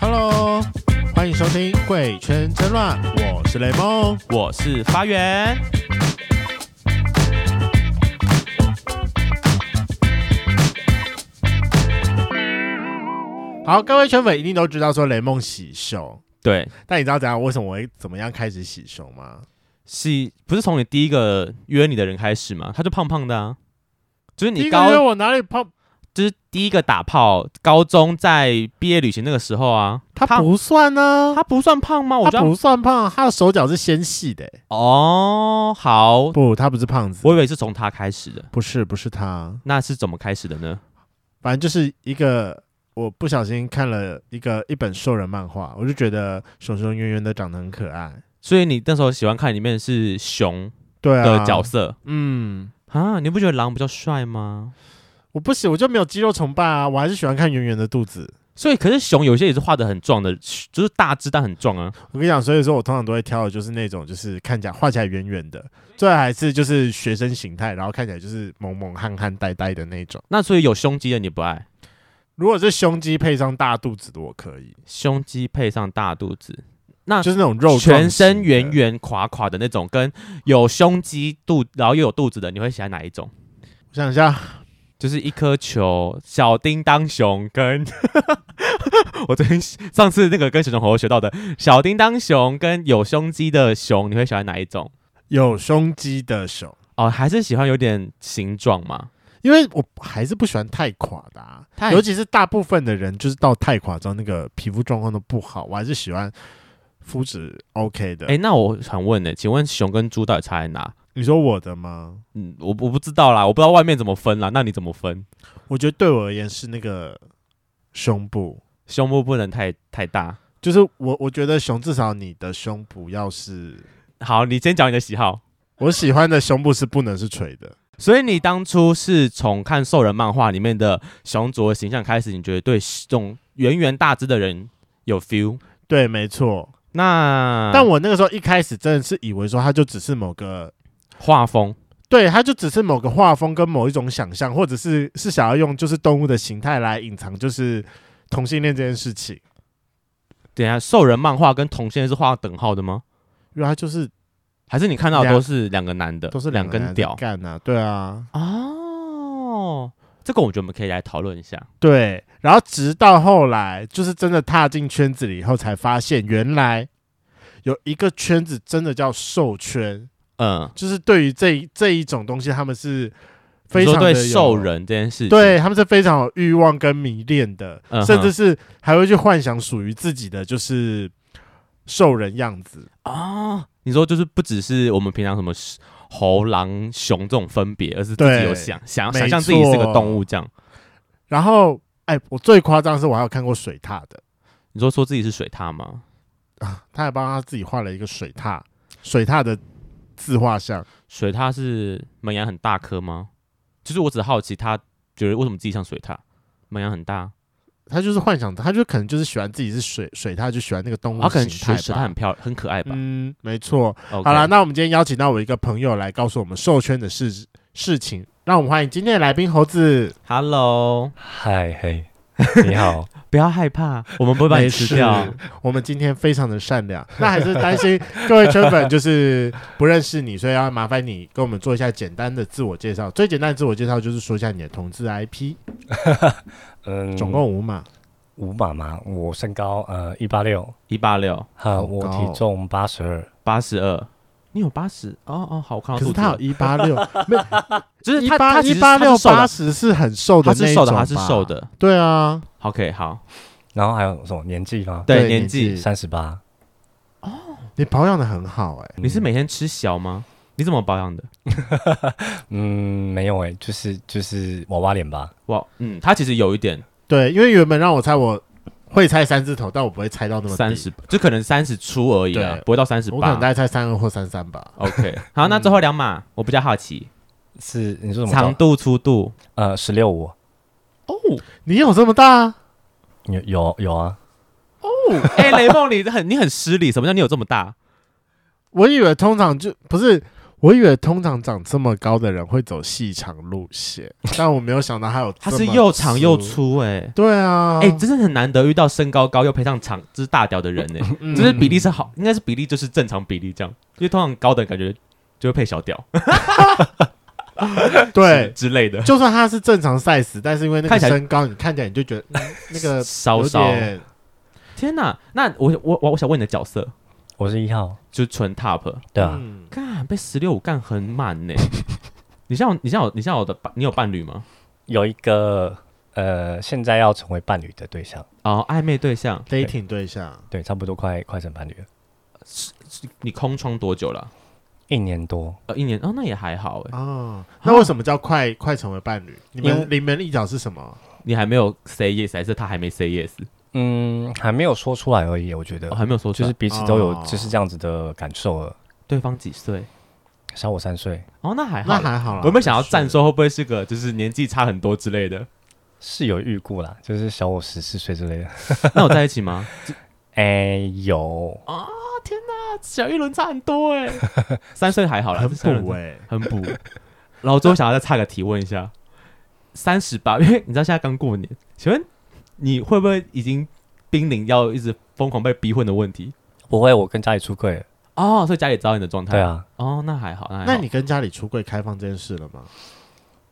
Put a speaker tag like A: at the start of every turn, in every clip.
A: Hello，欢迎收听《贵圈真乱》，我是雷梦。
B: 我是发源。
A: 好，各位圈粉一定都知道说雷梦洗胸，
B: 对，
A: 但你知道怎样为什么我会怎么样开始洗胸吗？
B: 是不是从你第一个约你的人开始嘛？他就胖胖的啊，就是
A: 第
B: 你
A: 一个
B: 高，
A: 月我哪里胖？
B: 就是第一个打炮，高中在毕业旅行那个时候啊，
A: 他不算呢、
B: 他不算胖吗？我知
A: 他
B: 道
A: 不算胖，他的手脚是纤细的、欸
B: 哦，好，
A: 不，他不是胖子，
B: 我以为是从他开始的，
A: 不是，不是他，
B: 那是怎么开始的呢？
A: 反正就是一个。我不小心看了一个一本兽人漫画，我就觉得熊熊圆圆的长得很可爱。
B: 所以你那时候喜欢看里面是熊
A: 对啊，
B: 的角色
A: 嗯，
B: 啊？你不觉得狼比较帅吗？
A: 我不喜，我就没有肌肉崇拜啊，我还是喜欢看圆圆的肚子。
B: 所以可是熊有些也是画的很壮的，就是大只但很壮啊。
A: 我跟你讲，所以说我通常都会挑的就是那种就是看起来画起来圆圆的，最好还是就是学生形态，然后看起来就是萌萌憨憨呆呆的那种。
B: 那所以有胸肌的你不爱？
A: 如果是胸肌配上大肚子的，我可以，
B: 胸肌配上大肚子，那
A: 就是那种肉
B: 全身
A: 圆
B: 圆
A: 圆。
B: 圆垮垮的那种，跟有胸肌肚然后又有肚子的，你会喜欢哪一种？
A: 我想一下，
B: 就是一颗球，小叮当熊跟 我昨天上次那个跟熊熊猴猴学到的小叮当熊跟有胸肌的熊，你会喜欢哪一种？
A: 有胸肌的手，
B: 哦，还是喜欢有点形状嘛？
A: 因为我还是不喜欢太垮的、啊，
B: 太
A: 尤其是大部分的人就是到太垮之后，那个皮肤状况都不好，我还是喜欢肤质 OK 的。
B: 哎、那我想问呢、请问熊跟猪到底差在哪？
A: 你说我的吗？
B: 嗯，我我不知道啦，我不知道外面怎么分啦，那你怎么分？
A: 我觉得对我而言是那个胸部，
B: 胸部不能太太大。
A: 就是我我觉得熊至少你的胸部要是
B: 好，你先讲你的喜好。
A: 我喜欢的胸部是不能是垂的，
B: 所以你当初是从看兽人漫画里面的熊卓的形象开始，你觉得对这种圆圆大只的人有 feel？
A: 对，没错。
B: 那
A: 但我那个时候一开始真的是以为说它就只是某个。
B: 画风
A: 对，它就只是某个画风跟某一种想象，或者是是想要用就是动物的形态来隐藏就是同性恋这件事情，
B: 等一下啊兽人漫画跟同性恋是画等号的吗？
A: 因为它就是
B: 还是你看到的
A: 两
B: 都是两个男的，
A: 啊都是
B: 两
A: 个人
B: 根
A: 在
B: 屌？
A: 干啊，对啊，
B: 哦，这个我觉得我们可以来讨论一下。
A: 对。然后直到后来，就是真的踏进圈子里以后，才发现原来有一个圈子真的叫兽圈，
B: 嗯，
A: 就是对于这一这一种东西，他们是非
B: 你说
A: 常
B: 对
A: 的有
B: 兽，人这件事情，
A: 对他们是非常有欲望跟迷恋的，
B: 嗯哼
A: 甚至是还会去幻想属于自己的就是兽人样子。
B: 哦，你说就是不只是我们平常什么猴、狼、熊这种分别，而是自己有
A: 对
B: 想想
A: 没
B: 想象自己是个
A: 错
B: 动物这样。
A: 然后，哎，我最夸张的是我还有看过水獭的
B: 你说说自己是水獭吗？
A: 啊，他还帮他自己画了一个水獭，水獭的自画像。
B: 水獭是门牙很大颗吗？就是我只好奇，他觉得为什么自己像水獭，门牙很大，
A: 他就是幻想，他就可能就是喜欢自己是水水獭，就喜欢那个动物
B: 他哦可能
A: 形
B: 觉得水
A: 态
B: 獭
A: 吧
B: 很漂很可爱吧。
A: 嗯，没错。
B: OK
A: 好啦，那我们今天邀请到我一个朋友来告诉我们授圈的事事情，让我们欢迎今天的来宾猴子。
B: Hello，
C: 嗨嘿， 你好，
B: 不要害怕，我们不会把你
A: 没
B: 吃
A: 事
B: 掉。
A: 我们今天非常的善良，那还是担心各位圈粉就是不认识你，所以要麻烦你跟我们做一下简单的自我介绍。最简单的自我介绍就是说一下你的同志 IP，
C: 嗯，
A: 总共五码。
C: 五码嘛，我身高呃一八六，
B: 一八六
C: 哈，
A: 好
C: 我
A: 高哦
C: 体重八十二，
B: 八十二，你有八十？哦哦，好，我看到
A: 可
B: 肚
A: 是
B: 子
A: 他有
B: 了，
A: 一八 六，没
B: 就是
A: 一
B: 他他
A: 八
B: 其
A: 一
B: 实
A: 八六
B: 他是瘦的
A: 八十是很瘦的
B: 他
A: 那
B: 是
A: 一
B: 瘦
A: 种
B: 的，
A: 吧
B: 他是瘦。的。
A: 对啊，
B: OK，好，
C: 然后还有什么年纪吗？
B: 对
A: 对
B: 年
A: 年
B: 纪
A: 纪，
C: 三十八，
A: 你保养的很好哎、
B: 你是每天吃小吗？你怎么保养的？
C: 嗯没有哎、就是就是娃娃脸吧，
B: 哇，嗯，他其实有一点
A: 对，因为原本让我猜我会猜三字头，但我不会猜到那么低
B: 三十，就可能三十出而已啦
A: 对，
B: 不会到三十
A: 我可能
B: 八
A: 大。概猜三二或三三吧。
B: OK，好，那最后两码我比较好奇，
C: 是你说什么
B: 长度、粗度。
C: 呃十六五，
B: 哦，
A: 你有这么大？
C: 有有有啊，
B: 哎，雷梦，你很你很失礼，什么叫你有这么大？
A: 我以为通常就不是，我我以为通常长这么高的人会走细长路 线，但我没有想到他有
B: 它
A: 这
B: 是
A: 么
B: 又长又
A: 粗。
B: 粗哎。
A: 对啊，
B: 哎、真的很难得遇到身高高又配上长就是大屌的人呢、
A: 嗯
B: 就是比例是好，应该是比例就是正常比例这样，因为通常高的感觉就会配小屌，
A: 对，
B: 之类的，
A: 就算他是正常 size，但是因为那个
B: 看起来
A: 身高，你看起来你就觉得、嗯 那个
B: 稍
A: 有
B: 稍。
A: 点
B: 天哪，那我我我我想问你的角色
C: 我是一号，
B: 就是纯 top，
C: 对啊，
A: 嗯
B: 干被十六五干很满呢、 你像我你像我你像我的伴，你有伴侣吗？
C: 有一个呃，现在要成为伴侣的对象，
B: 哦，暧昧对象，
A: dating 对象，
C: 对，差不多快快成伴侣了，
B: 你空窗多久了？
C: 一年多，
B: 呃，一年哦，那也还好哎、
A: 哦，那为什么叫快快成为伴侣？你
C: 因为
A: 们临门一脚是什么？
B: 你还没有 say yes，还是他还没 say yes？、
C: 嗯，还没有说出来而已，我觉得
B: 哦、还没有说出
C: 就
B: 来，
C: 是彼此都有
A: 哦
C: 就是这样子的感受了。
B: 对方几岁？
C: 小我三岁
B: 哦，那还好。
A: 那还好啦。
B: 我有没有想要
A: 战
B: 站说会不会是个就是年纪差很多之类的？
C: 是有预估啦，就是小我十四岁之类的。
B: 那有在一起 吗？
C: 哎、有，
B: 啊小一轮差很多 哎、三岁还好啦，
A: 很
B: 三轮
A: 补哎？
B: 很补。然后最后想要再岔个题问一下，三十八，因为你知道现在刚过年，请问你会不会已经濒临要一直疯狂被逼婚的问题？
C: 不会，我跟家里出柜了。
B: 哦，所以家里知道你的状态。
C: 对。啊，
B: 哦，那还好，那还好。
A: 那你跟家里出柜开放这件事了吗？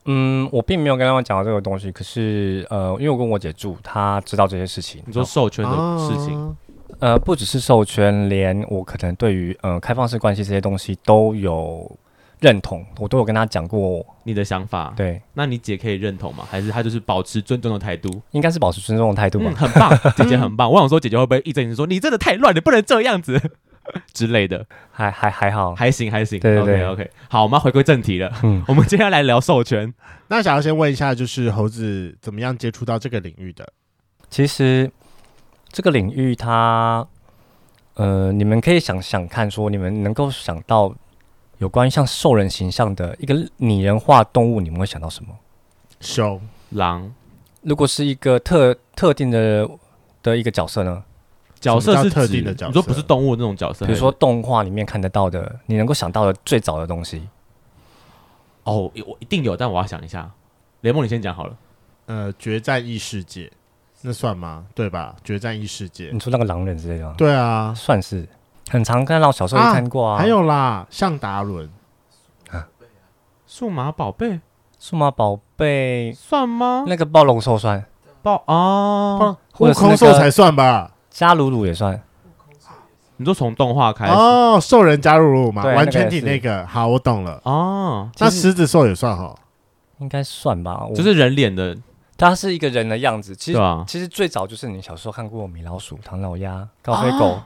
C: 嗯，我并没有跟他们讲到这个东西，可是呃，因为我跟我姐住，她知道这些事情。
B: 你说授权的事情，
A: 哦
C: 呃，不只是授权，连我可能对于呃开放式关系这些东西都有认同，我都有跟她讲过。
B: 你的想法，
C: 对，
B: 那你姐可以认同吗？还是她就是保持尊重的态度？
C: 应该是保持尊重的态度吧。
B: 嗯，很棒， 姐姐很棒。我想说，姐姐会不会义正言辞说你真的太乱了，不能这样子 之类的？
C: 还还还好，
B: 还行，还行。
C: 对对
B: o k OK。好，我们要回归正题了。
C: 嗯
B: 我们接下来聊授权。
A: 那想要先问一下，就是猴子怎么样接触到这个领域的？
C: 其实这个领域它，呃，你们可以想想看，说你们能够想到有关于像兽人形象的一个拟人化动物，你们会想到什么？
A: 熊
B: 狼
C: 如果是一个特特定的的一个角色呢？
B: 角色
A: 什么
B: 是
A: 叫特
B: 指
A: 定的角色
B: 你说不是动物那种角色，
C: 比如说
B: 还是
C: 动画里面看得到的，你能够想到的最早的东西，
B: 哦，我一定有，但我要想一下。雷梦，你先讲好了。
A: 呃，决战异世界，那算吗？对吧？决战异世界
C: 你，说那个狼人之类的吗？
A: 对啊，
C: 算是很常看到，小时候也
A: 啊
C: 看过啊。
A: 还有啦，向达伦，
B: 数码宝贝
C: 数码宝贝
B: 算
A: 哦
B: 吗？
C: 那个暴龙兽算，
B: 宝哦，
C: 或
A: 悟
C: 者是那
A: 空
C: 个
A: 兽才算吧？
C: 加鲁鲁也算。
B: 你说从动画开始
A: 哦，兽人加入鲁嘛，
C: 对
A: 完全体
C: 那个
A: 那
C: 也
A: 个，好，我懂了。
B: 哦，
A: 那
C: 其实
A: 狮子兽也算哈，
C: 应该算吧，我
B: 就是人脸的，
C: 它是一个人的样子。其
B: 对啊
C: 实
B: 吧？
C: 其实最早就是你小时候看过米老鼠、唐老鸭、高飞狗，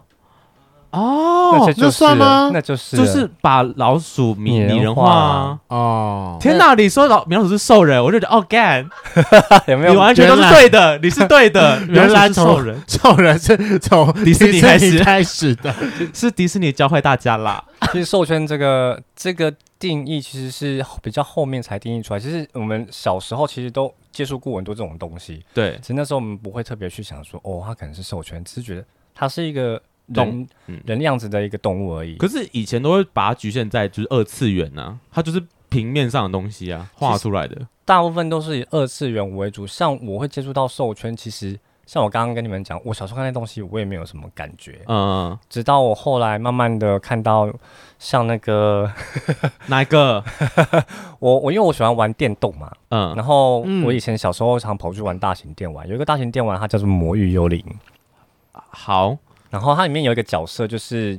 C: 那
B: 哦
C: 些，就是
A: 那算吗
C: 那就是了
B: 就是把老鼠拟
C: 拟人
B: 拟人化
C: 化
B: 啊
C: 啊。
A: 哦，
B: 天哪！你说老米老鼠是兽人，我就觉得哦干，
C: 有没
B: 你
C: 有？
B: 完全都是对的，你是对的。米老
A: 原
B: 鼠
A: 来
B: 是
A: 从
B: 兽人
A: 兽人是 从
B: 迪士尼开始
A: 开始的，
B: 是迪士尼教坏大家啦。
C: 其实授权这个这个定义其实是比较后面才定义出来。其实我们小时候其实都接触过很多这种东西，
B: 对，
C: 其实那时候我们不会特别去想说，哦，它可能是授权，只是觉得它是一个
B: 动
C: 人、
B: 嗯
C: 人样子的一个动物而已。
B: 可是以前都会把它局限在就是二次元呐、它就是平面上的东西啊，画出来的。
C: 大部分都是以二次元为主。像我会接触到授权，其实像我刚刚跟你们讲，我小时候看那东西，我也没有什么感觉，
B: 嗯，
C: 直到我后来慢慢的看到，像那个
B: 哪一个？
C: 我我因为我喜欢玩电动嘛，
B: 嗯，
C: 然后
A: 嗯
C: 我以前小时候常跑去玩大型电玩，有一个大型电玩它叫做《魔域幽灵》，
B: 好，
C: 然后它里面有一个角色就是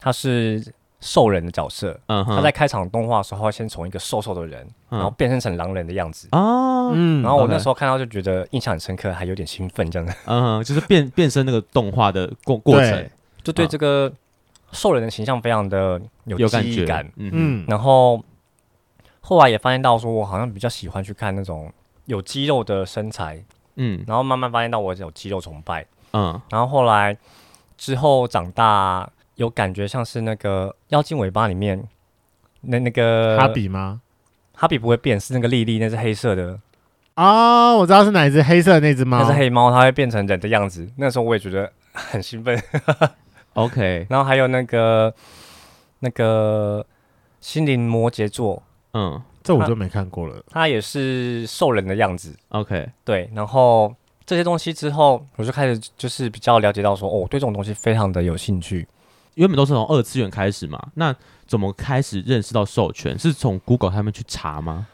C: 他是兽人的角色，
B: 嗯哼，
C: 他在开场动画的时候会先从一个瘦瘦的人，然后
B: 嗯
C: 变身成狼人的样子。
B: 啊，
A: 嗯
B: 嗯
C: 然后我那
B: OK
C: 时候看到就觉得印象很深刻，还有点兴奋这样子。
B: 嗯哼，就是变变身那个动画的过过程
A: 对
C: 就对
B: 啊
C: 这个兽人的形象非常的有
B: 有感
C: 记忆
B: 觉
C: 感。，
B: 嗯嗯，
A: 嗯，
C: 然后后来也发现到，说我好像比较喜欢去看那种有肌肉的身材，
B: 嗯
C: 然后慢慢发现到我有肌肉崇拜。
B: 嗯，
C: 然后后来之后长大，有感觉像是那个《妖精尾巴》里面那那个
A: 嗯哈比吗？
C: 哈比不会变，是那个莉莉，那只黑色的，
A: 哦，我知道是哪一只黑色的那只猫，
C: 那只黑猫，它会变成人的样子。那时候我也觉得很兴奋。
B: OK，
C: 然后还有那个那个心灵摩羯座，
B: 嗯
A: 这
C: 啊
A: 我就没看过了。
C: 它也是兽人的样子，
B: ，OK，
C: 对。然后这些东西之后，我就开始就是比较了解到说，哦，我对这种东西非常的有兴趣。
B: 原本都是从二次元开始嘛，那怎么开始认识到授权？是从 Google 他们去查吗？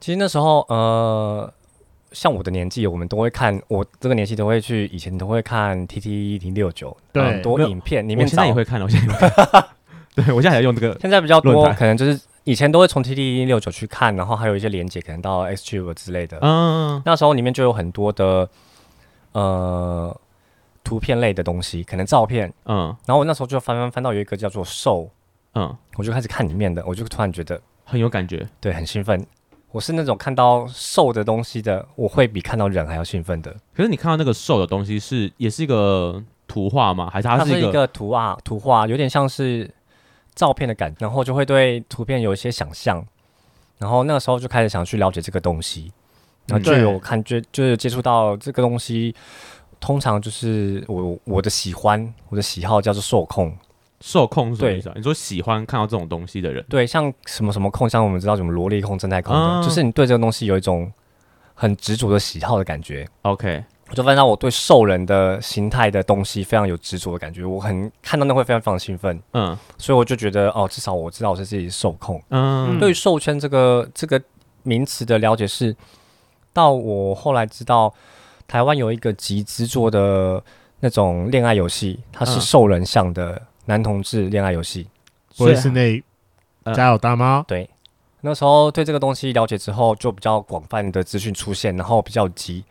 C: 其实那时候，呃，像我的年纪，我们都会看，我这个年纪都会去，以前都会看 T T 零六九，
A: 对
C: 很多
B: 没有
C: 影片里
B: 我
C: 面
B: 现在也
C: 找
B: 会看了，我现在也会看 对我现在还在用这个，
C: 现在比较
B: 论
C: 多，
B: 坛
C: 可能就是以前都会从 T T 六九去看，然后还有一些连接，可能到 XTube 之类的。
B: 嗯
C: 那时候里面就有很多的呃图片类的东西，可能照片。
B: 嗯
C: 然后我那时候就翻翻翻到有一个叫做兽，
B: 嗯，
C: 我就开始看里面的，我就突然觉得
B: 很有感觉。
C: 对很兴奋。我是那种看到兽的东西的，我会比看到人还要兴奋的。
B: 可是你看到那个兽的东西是也是一个图画吗？还是它
C: 是
B: 一
C: 一个图啊，图画有点像是照片的感觉，然后就会对图片有一些想象，然后那个时候就开始想去了解这个东西，然后就
A: 嗯
C: 有
A: 对
C: 看就就是接触到这个东西，通常就是我我的喜欢，我的喜好叫做受控，
B: 受控是什么意思啊？你说喜欢看到这种东西的人，
C: 对，像什么什么控，像我们知道什么萝莉控、正太控的，
B: 啊
C: 就是你对这个东西有一种很执着的喜好的感觉。
B: OK，
C: 我就发现到我对兽人的形态的东西非常有执着的感觉，我很看到那会非常非常兴奋。
B: 嗯
C: 所以我就觉得哦，至少我知道我是自己受控。
B: 嗯，
C: 对于兽圈这个这个名词的了解是，到我后来知道台湾有一个集资做的那种恋爱游戏，它是
B: 嗯
C: 兽人像的男同志恋爱游戏。
A: 不
B: 所以
A: 会是那
B: 呃
A: 家有大猫？
C: 对，那时候对这个东西了解之后，就比较广泛的资讯出现，然后比较急。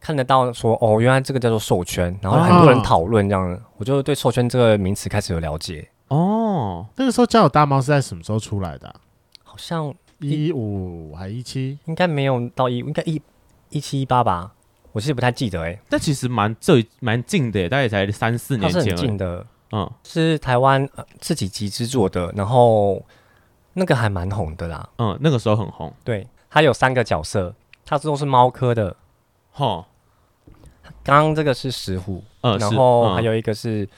C: 看得到说哦，原来这个叫做兽圈，然后很多人
A: 啊
C: 讨论这样，我就对兽圈这个名词开始有了解。
B: 哦，
A: 那个时候家有大猫是在什么时候出来的啊？
C: 好像
A: 一五还一七？
C: 应该没有到一，应该一一七一八吧，我其实不太记得哎、欸，
B: 但其实蛮这蛮近的耶，大概才三四
C: 它
B: 年
C: 是
B: 前
C: 很
B: 而已。
C: 近的，
B: 嗯，
C: 是台湾、呃自己集资做的，然后那个还蛮红的啦。
B: 嗯，那个时候很红，
C: 对，它有三个角色，它都是猫科的。
B: 吼，
C: 刚刚这个是石虎，
B: 呃，
C: 然
B: 是
C: 后
B: 嗯
C: 还有一个是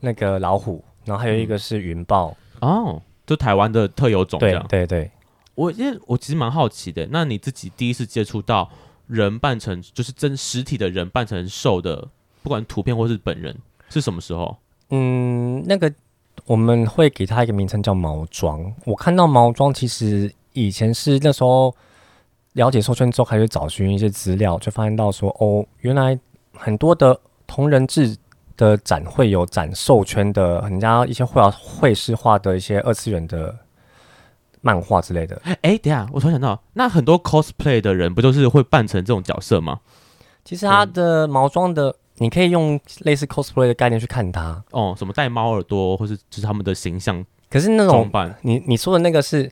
C: 那个老虎，然后还有一个是云豹。
B: 哦，就台湾的特有种这
C: 对
B: 样。
C: 对对，
B: 我因为我其实蛮好奇的，那你自己第一次接触到人扮成就是真实体的人扮成兽的，不管图片或是本人，是什么时候？
C: 嗯，那个我们会给它一个名称叫毛装。我看到毛装，其实以前是那时候了解授权之后，开始找寻一些资料，就发现到说，哦，原来很多的同人志的展会有展授权的，人家一些绘画、绘师画的一些二次元的漫画之类的。
B: 哎，等一下，我突然想到，那很多 cosplay 的人不就是会扮成这种角色吗？
C: 其实它的毛装的，你可以用类似 cosplay 的概念去看它，
B: 哦，什么戴猫耳朵，或是就是他们的形象
C: 可是那
B: 装
C: 种
B: 扮？
C: 你你说的那个是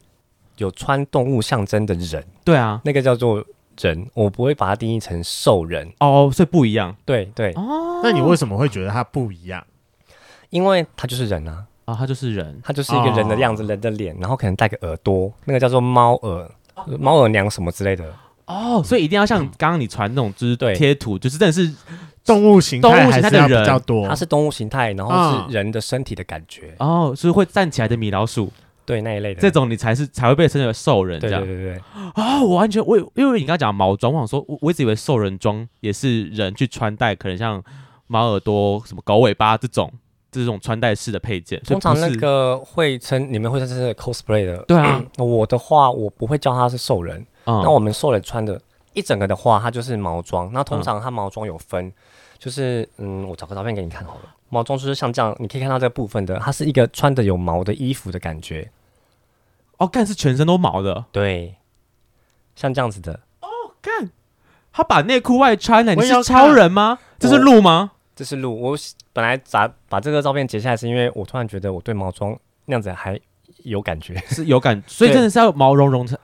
C: 有穿动物象征的人。
B: 对啊，
C: 那个叫做人，我不会把它定义成兽人。
B: 哦，所以不一样
C: 对对，
B: 哦
A: 那你为什么会觉得它不一样？
C: 因为他就是人啊，
B: 啊，他就是人
C: 他就是一个人的样子，人的脸，然后可能戴个耳朵，那个叫做猫耳、猫耳娘什么之类的。
B: 哦，所以一定要像刚刚你传那种就是
C: 对
B: 贴图，就是真的是
A: 动物形
B: 动
A: 态
B: 物
A: 还
B: 形态
A: 是
B: 的
A: 要比
B: 人
A: 较多
C: 它。是动物形态，然后
A: 啊
C: 是人的身体的感觉，
B: 哦，是会站起来的米老鼠，
C: 对那一类的。
B: 这种你才是才会被称为兽人这
C: 对对
B: 样。
C: 对对，
B: 哦，我完全我以因为你刚刚讲毛装，我想说，我我一直以为兽人装也是人去穿戴，可能像猫耳朵、什么狗尾巴这种这种穿戴式的配件。所以
C: 通常
B: 不
C: 那
B: 是
C: 个会称你们会称这是 cosplay 的。
B: 对 啊，
C: 我的话，我不会叫它是兽人，
B: 嗯，
C: 那我们兽人穿的一整个的话，它就是毛装。那通常它毛装有分，就是嗯，我找个照片给你看好了。毛装就是像这样，你可以看到这部分的，它是一个穿的有毛的衣服的感觉，
B: 哦，干是全身都毛的，
C: 对，像这样子的，
B: 他把内裤外穿了，你
A: 我也
B: 是
A: 要
B: 超人吗？这是鹿吗？
C: 这是鹿。我本来咋把这个照片截下来，是因为我突然觉得我对毛装那样子还有 感觉。
B: 是有感，所以真的是要毛茸茸的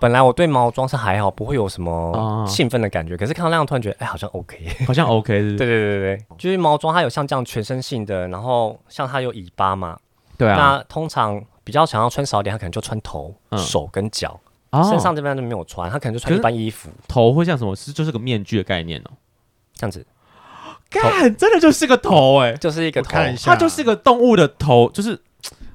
C: 本来我对毛装是还好，不会有什么
B: 啊
C: 兴奋的感觉，可是看到那样突然觉得，哎，好像 OK。
B: 好像 OK 是不是
C: 对对对对对，就是毛装它有像这样全身性的，然后像它有尾巴嘛，
B: 对啊，
C: 那通常比较想要穿少一点，他可能就穿头、
B: 嗯
C: 手跟脚，
B: 哦
C: 身上这边都没有穿，他可能就
B: 可
C: 穿
B: 是
C: 一般衣服
B: 头会像什么？是就是个面具的概念哦。
C: 这样子，
B: 干，真的就是个头哎、
C: 就是一个
A: 我
C: 头。
A: 看一下，
B: 它就是个动物的头，就是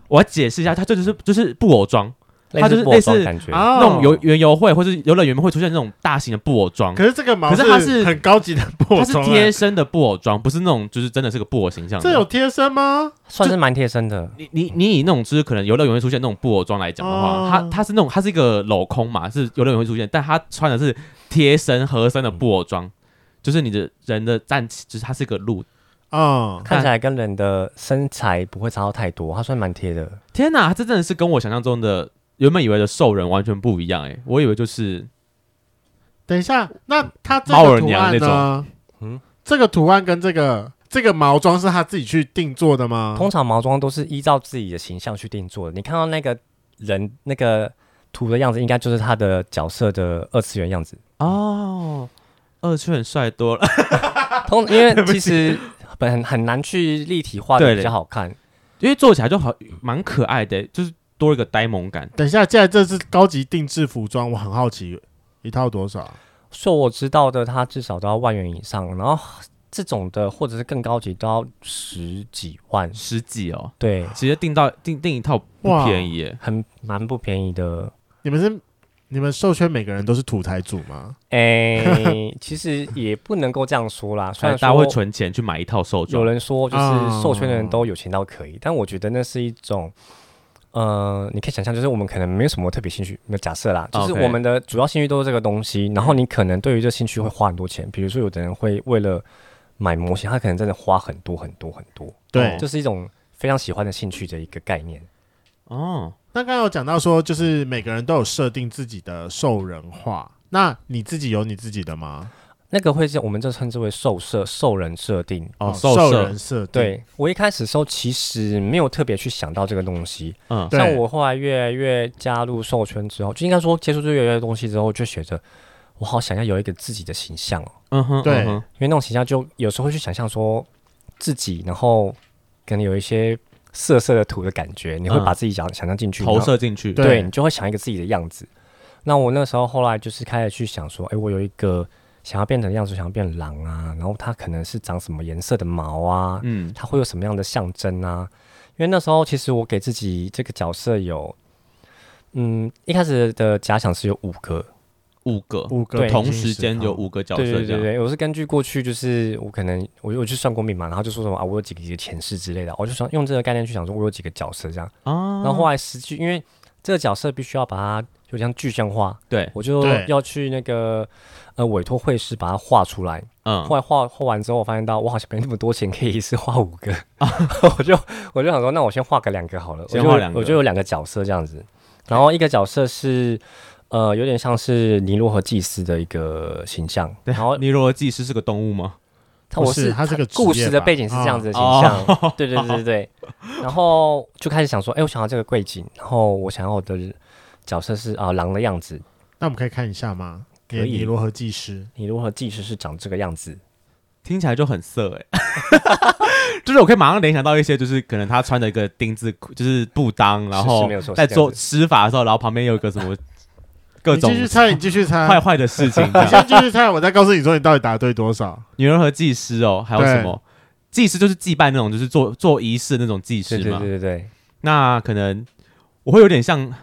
B: 我要解释一下，它这就是就是布偶装，
C: 类
B: 它就
C: 似
B: 是
C: 布
B: 类
C: 偶装
B: 似
C: 的感觉，
A: 啊
B: 那种游园游会或是游乐园会出现那种大型的布偶装，
A: 可是这个毛，
B: 可是它是
A: 很高级的布偶
B: 它是
A: 装
B: 贴
A: 欸，
B: 身的布偶装，不是那种就是真的是个布偶形象的。
A: 这有贴身吗？
C: 算是蛮贴身的。
B: 你你你以那种就是可能游乐园会出现那种布偶装来讲的话，
A: 哦
B: 它它是那种它是一个镂空嘛，是游乐园会出现，但它穿的是贴身合身的布偶装，就是你的人的站起，就是它是一个路。
A: 嗯，
C: 看起来跟人的身材不会差到太多，它算蛮贴的。
B: 天啊哪，它这真的是跟我想象中的原本以为的兽人完全不一样哎、我以为就是
A: 等一下，那它这
B: 猫
A: 个
B: 儿
A: 图
B: 娘
A: 案
B: 那
A: 呢
B: 种？
C: 嗯
A: 这个图案跟这个这个毛装是他自己去定做的吗？
B: 嗯
C: 通常毛装都是依照自己的形象去定做的，你看到那个人那个图的样子，应该就是他的角色的二次元 样子。
B: 哦，二次元帅多了，
C: 通因为其实很很难去立体化
B: 对
C: 的
B: 嘞
C: 比较好看，
B: 因为做起来就好蛮可爱的欸、就是多一个呆萌感。
A: 等一下，既然这是高级定制服装，我很好奇，一套多少？
C: 所以我知道的，它至少都要万元以上，然后这种的或者是更高级都要十几万，
B: 十几哦，
C: 对，
B: 直接订到订订一套不
A: 哇
B: 便宜耶，
C: 很蛮不便宜的。
A: 你们是你们授权每个人都是土财主吗？
C: 哎、 其实也不能够这样说啦，
B: 所以
C: 虽然
B: 哎大家会
C: 说
B: 存钱去买一套兽
C: 有
B: 装。
C: 人说就是
A: 啊
C: 授权的人都有钱到可以，但我觉得那是一种。呃，你可以想象，就是我们可能没有什么特别兴趣，那假设啦，就是
B: OK
C: 我们的主要兴趣都是这个东西，然后你可能对于这兴趣会花很多钱，比如说有的人会为了买模型，他可能真的花很多很多很多，
A: 对，
C: 这是一种非常喜欢的兴趣的一个概念。
B: 哦，
A: 那刚刚有讲到说，就是每个人都有设定自己的兽人化，那你自己有你自己的吗？
C: 那个会是我们就称之为兽设、兽人设定，
B: 哦，兽
A: 兽
B: 社
A: 人设定，
C: 对我一开始的时候其实没有特别去想到这个东西，
B: 嗯，
A: 对
C: 像我后来越来越加入兽圈之后，就应该说接触这越来越多东西之后，就觉得我好想要有一个自己的形象哦，
B: 嗯哼，
A: 对
B: 嗯哼
C: 因为那种形象就有时候会去想象说自己，然后可能有一些色色的图的感觉，你会
B: 嗯
C: 把自己想想象进去，
B: 投
C: 然后
B: 射进去，
A: 对
C: 对你就会想一个自己的样子。那我那时候后来就是开始去想说，哎，我有一个想要变成的样子，想要变狼啊，然后它可能是长什么颜色的毛啊，
B: 嗯，
C: 它会有什么样的象征啊？因为那时候其实我给自己这个角色有，嗯，一开始的假想是有五个，
B: 五个，
A: 五个
C: 对
B: 同
A: 已经是
B: 时间有
A: 好
B: 五个角色
C: 嗯对对
B: 这
C: 对
B: 样，
C: 对，我是根据过去就是我可能我我去算过命嘛，然后就说什么啊，我有几个几个前世之类的，我就想用这个概念去想说我有几个角色这样，
B: 啊，
C: 然后后来实际因为这个角色必须要把它就像具象化，
B: 对，
C: 我就
A: 对
C: 要去那个呃委托绘师把它画出来，
B: 嗯
A: 啊
C: 后，来画画完之后，我发现到我好像没那么多钱可以一次画五个， 我就我就想说，那我先画个两个好了，
B: 先
C: 我就
B: 画两个
C: 我就有两个角色这样子，然后一个角色是呃有点像是尼罗河祭司的一个形象，然后
B: 尼罗技师是个动物吗？
C: 他我
A: 不是他是个职
C: 故
A: 业
C: 事的
A: 吧哦
C: 背景是这样子的形象，对对对对 对，然后就开始想说，哎，我想要这个柜景，然后我想要我的角色是啊、狼的样子，
A: 那我们可以看一下吗？
C: 可
A: 你的
C: 以
A: 尼罗河技师，
C: 尼罗河祭司是长这个样子，
B: 听起来就很色哎， 就是我可以马上联想到一些，就是可能他穿的一个丁字裤，就是布裆，然
C: 是
B: 后
C: 没有错是
B: 在
C: 这样
B: 做
C: 子
B: 施法的时候，然后旁边有一个什 么各
A: 你
B: 种
A: 继续猜，你继续猜，
B: 坏坏的事情这
A: 你
B: 样，
A: 先继续猜，我再告诉你说你到底答对多少。
B: 女人和祭师哦，还有
A: 对
B: 什么？祭师就是祭拜那种，就是做做仪式的那种祭
C: 对
B: 师
C: 对
B: 嘛
C: 对。对对，
B: 那可能我会有点像，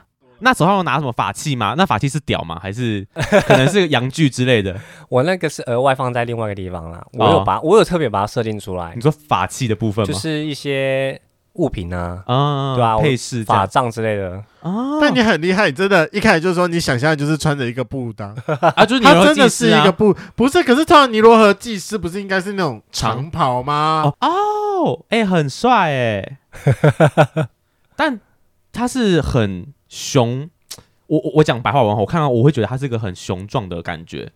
B: 那手上有拿什么法器吗？那法器是屌吗？还是可能是阳具之类的？
C: 我那个是额外放在另外一个地方啦，我
B: 哦
C: 有把、我有特别把它设定出来
B: 你，说法器的部分
C: 就
B: 吗？
C: 是一些物品啊、
B: 啊，
C: 对啊我
B: 配饰这
C: 法
B: 样
C: 杖之类的。
B: 啊，
A: 但你很厉害，你真的，一开始就说你想象就是穿着一个布 裆，
B: 啊，就是你
A: 他
B: 有
A: 真的
B: 祭
A: 是
B: 司
A: 一
B: 啊
A: 个布，不是？可是通常尼罗河技师不是应该是那种长袍吗
B: 哦？哦，哎、很帅哎、 但他是很雄，我我我讲白话文，我看到我会觉得他是一个很雄壮的感觉，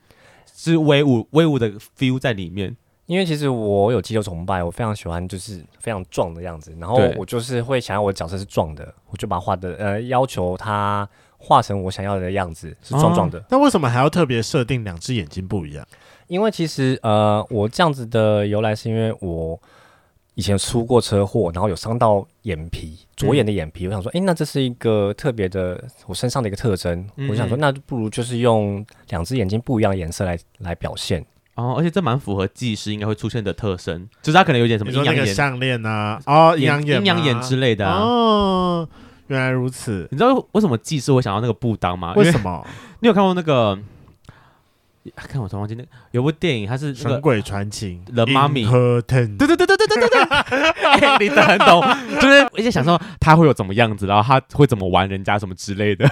B: 是威武威武的 feel 在里面。
C: 因为其实我有肌肉崇拜，我非常喜欢就是非常壮的样子，然后
B: 对
C: 我就是会想要我的角色是壮的，我就把它画的呃要求它画成我想要的样子，是
B: 哦
C: 壮壮的。
A: 那为什么还要特别设定两只眼睛不一样？
C: 因为其实呃我这样子的由来是因为我以前出过车祸，然后有伤到眼皮，
B: 嗯
C: 左眼的眼皮，我想说，诶，那这是一个特别的我身上的一个特征，
B: 嗯
C: 我想说，
B: 嗯
C: 那不如就是用两只眼睛不一样的颜色来来表现。
B: 哦，而且这蛮符合技师应该会出现的特征，就是他可能有点什么
A: 你
B: 阴
A: 说那
B: 阳
A: 个
B: 眼、
A: 项链啊？哦，阴阳眼吗，
B: 阴阳眼之类的啊。
A: 哦，原来如此，
B: 你知道为什么技师会想到那个布裆吗？因
A: 为
B: 为
A: 什么
B: 你有看过那个？啊看我突然忘记那个有部电影，它是
A: 《
B: 那
A: 神
B: 个
A: 鬼传情》
B: The Mummy
A: Curtain，
B: 对对对对对对对 对，哎你真的很懂，就是一直想说他会有怎么样子，然后他会怎么玩人家什么之类的。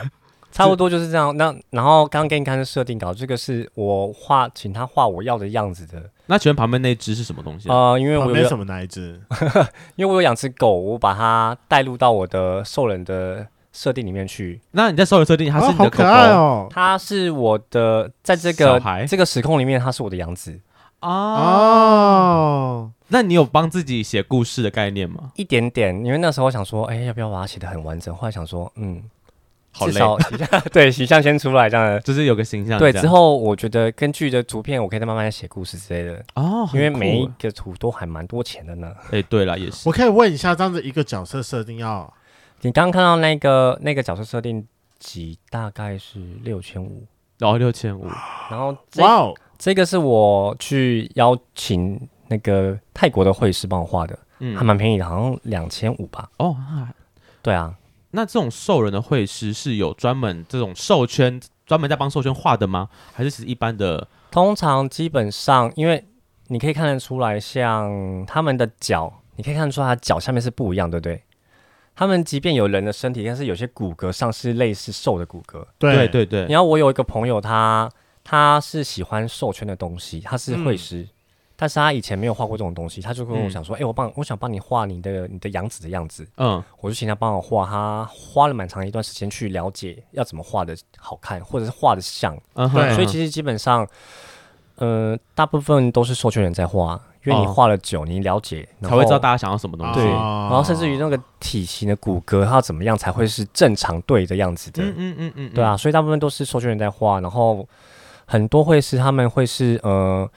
C: 差不多就是这样。那然后刚刚给你看的设定稿，这个是我画，请他画我要的样子的。
B: 那请问旁边那只是什么东西啊？
C: 呃，因为
A: 旁
C: 我
A: 边
C: 有
A: 什么哪一只？
C: 因为我有养只狗，我把它带入到我的兽人的设定里面去。
B: 那你在搜的设定，它是
A: 哦
B: 你的
A: 好
B: 狗狗
A: 可爱哦！
C: 它是我的，在这
B: 小
C: 个
B: 孩
C: 这个时空里面，它是我的养子，
B: 啊？
A: 哦，
B: 那你有帮自己写故事的概念吗？
C: 一点点。因为那时候想说，哎、要不要把它写的很完整？后来想说，嗯，
B: 好
C: 至
B: 累，
C: 少形象对形象先出来这样。
B: 就是有个形象
C: 对，
B: 这样
C: 之后我觉得根据的图片，我可以再慢慢写故事之类的，
B: 哦，
C: 因为
B: 很酷
C: 每一个图都还蛮多钱的呢。
B: 哎对了也是
A: 我可以问一下，这样子一个角色设定要
C: 你刚刚看到那个那个角色设定集大概是六千五，
B: 然后哦六千五
C: 然后这
A: 哇哦，
C: 这个是我去邀请那个泰国的绘师帮我画的，
B: 嗯
C: 还蛮便宜的，好像两千五吧。
B: 哦啊
C: 对啊，
B: 那这种兽人的绘师是有专门这种兽圈专门在帮兽圈画的吗？还是其实一般的
C: 通常基本上因为你可以看得出来，像他们的脚，你可以看得出来它脚下面是不一样，对不对？他们即便有人的身体，但是有些骨骼上是类似兽的骨骼。
B: 对
A: 对，
B: 对对
C: 然后我有一个朋友他，他是喜欢兽圈的东西，他是绘师，但是他以前没有画过这种东西，他就跟我
B: 嗯
C: 想说，哎、我帮我想帮你画你的你的养子的样子，
B: 嗯
C: 我就请他帮我画，他花了蛮长一段时间去了解要怎么画的好看，或者是画的像。
B: 嗯
A: 对
B: 哼，
C: 所以
B: 实
C: 其实基本上，呃，大部分都是授权人在画，因为你
B: 哦
C: 画了久，你了解然
B: 才会知道
C: 后
B: 大家想要什么东西
C: 对，
A: 哦
C: 然后甚至于那个体型的骨骼，它怎么样才会是正常对的样子的，
B: 嗯嗯嗯嗯
C: 对啊，所以大部分都是授权人在画，然后很多会是他们会是呃，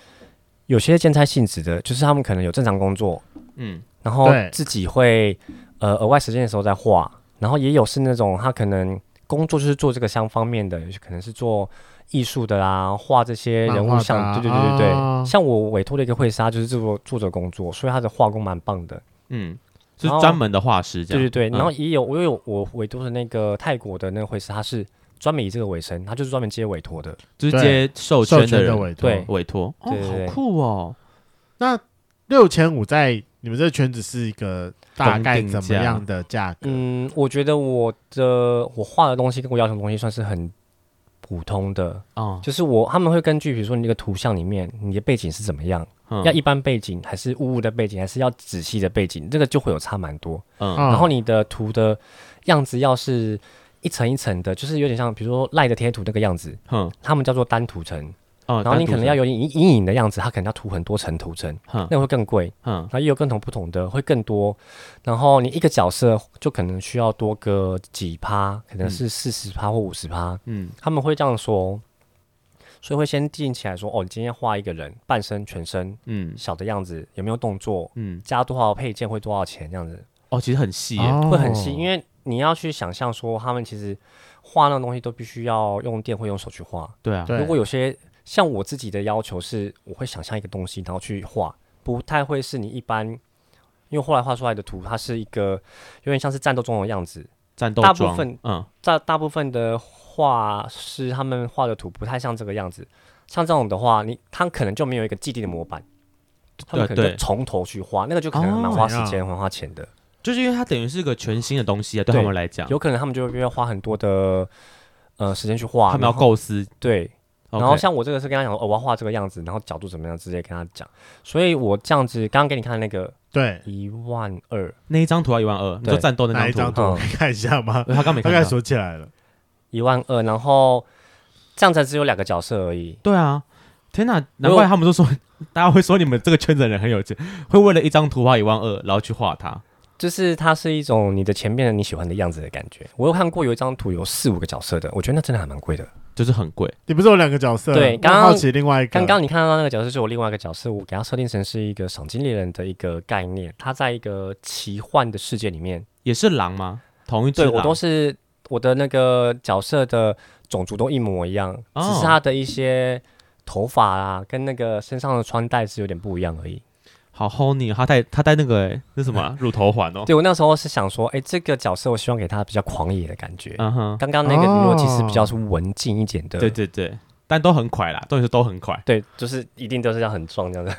C: 有些兼差性质的，就是他们可能有正常工作，
B: 嗯
C: 然后
A: 对
C: 自己会呃额外时间的时候再画，然后也有是那种他可能工作就是做这个相方面的，有些可能是做艺术的啦，画这些人物像，
A: 漫画的啊
C: 对对对对对。
A: 啊
C: 像我委托的一个绘师，他啊就是做做这个工作，所以他的画工蛮棒的，
B: 嗯，是
C: 然后
B: 专门的画师这
C: 对
B: 样
C: 对，对。
B: 嗯
C: 然后也有我有我委托的那个泰国的那个绘师，他是专门以这个为生，他就是专门接委托的。
B: 就是
A: 对
B: 接兽
A: 授
B: 圈
A: 权的
B: 人
A: 委托。
C: 对
B: 委托，哦
C: 对对对
B: 好酷哦，
A: 那六千五在你们这个圈子是一个大概怎么样的价格？
C: 嗯，我觉得我的我画的东西跟我要求的东西算是很普通的，
B: 哦，
C: 就是我他们会根据比如说你这个图像里面你的背景是怎么样，
B: 嗯
C: 要一般背景还是雾雾的背景，还是要仔细的背景，这个就会有差蛮多。
B: 嗯
A: 嗯
C: 然后你的图的样子要是一层一层的，就是有点像比如说赖的贴图那个样子，
B: 哼
C: 他们叫做单图层。
B: 哦，
C: 然后你
B: 单独
C: 可能
B: 的
C: 要有点隐隐影的样子，它可能要涂很多层图层，
B: 哼
C: 那个会更贵。
B: 哼
C: 然后也有更同不同的，会更多。然后你一个角色就可能需要多个几趴，可能是四十趴或五十趴。
B: 嗯
C: 他们会这样说，哦所以会先定起来说，哦，你今天画一个人半身、全身
B: 嗯
C: 小的样子，有没有动作，
B: 嗯，
C: 加多少配件会多少钱，这样子
B: 哦，其实很细耶，
A: 哦
C: 会很细，因为你要去想象说，他们其实画那种东西都必须要用电或用手去画。
B: 对啊，
A: 对
C: 如果有些像我自己的要求是，我会想象一个东西，然后去画，不太会是你一般，因为后来画出来的图，它是一个有点像是战斗中的样子，
B: 战斗
C: 大部
B: 装
C: 分，
B: 嗯
C: 大大部分的画师他们画的图不太像这个样子，像这种的话，你他可能就没有一个既定的模板，他们可能
B: 对
C: 就从头去画，那个就可能蛮
B: 哦
C: 花时间、蛮花钱的。
B: 就是因为它等于是个全新的东西啊，对
C: 对
B: 他们来讲，
C: 有可能他们就会花很多的呃时间去画，
B: 他们要
C: 然后
B: 构思，
C: 对，然
B: OK
C: 后像我这个是跟他讲说，哦，我要画这个样子，然后角度怎么样，直接跟他讲。所以我这样子，刚刚给你看那个
A: 对，
C: 一万二，
B: 那一张图要一万二，你说
C: 对
B: 战斗
A: 哪
B: 那
A: 一张
B: 张图，
A: 图
C: 嗯
A: 可以看一下吗？
B: 对他刚没
A: 大
B: 看
A: 概
B: 到，
A: 锁起来了。
C: 一万二，然后这样才只有两个角色而已。
B: 对啊，天哪，难
C: 有
B: 怪他们都说， 大家会说你们这个圈子的人很有钱，会为了一张图花一万二，然后去画它。
C: 就是它是一种你的前面的你喜欢的样子的感觉。我有看过有一张图有四五个角色的，我觉得那真的还蛮贵的。
B: 就是很贵，
A: 你不是有两个角色？
C: 对
A: 我
C: 刚刚
A: 好奇另外一个。
C: 刚刚你看到那个角色是我另外一个角色，我给它设定成是一个赏金猎人的一个概念，它在一个奇幻的世界里面。
B: 也是狼吗？同一只
C: 对
B: 狼，
C: 我都嗯是我的那个角色的种族都一模一样，
B: 哦
C: 只是他的一些头发啊跟那个身上的穿戴是有点不一样而已。
B: 好 honey，他戴他戴那个哎，那什 么啊乳头环哦，
C: 对我那时候是想说，哎、这个角色我希望给他比较狂野的感觉。
B: 嗯哼，
C: 刚刚那个尼诺其实
A: 哦
C: 比较是文静一点的，
B: 对对对，但都很快啦，都是都很快，
C: 对，就是一定都是要很壮这样的。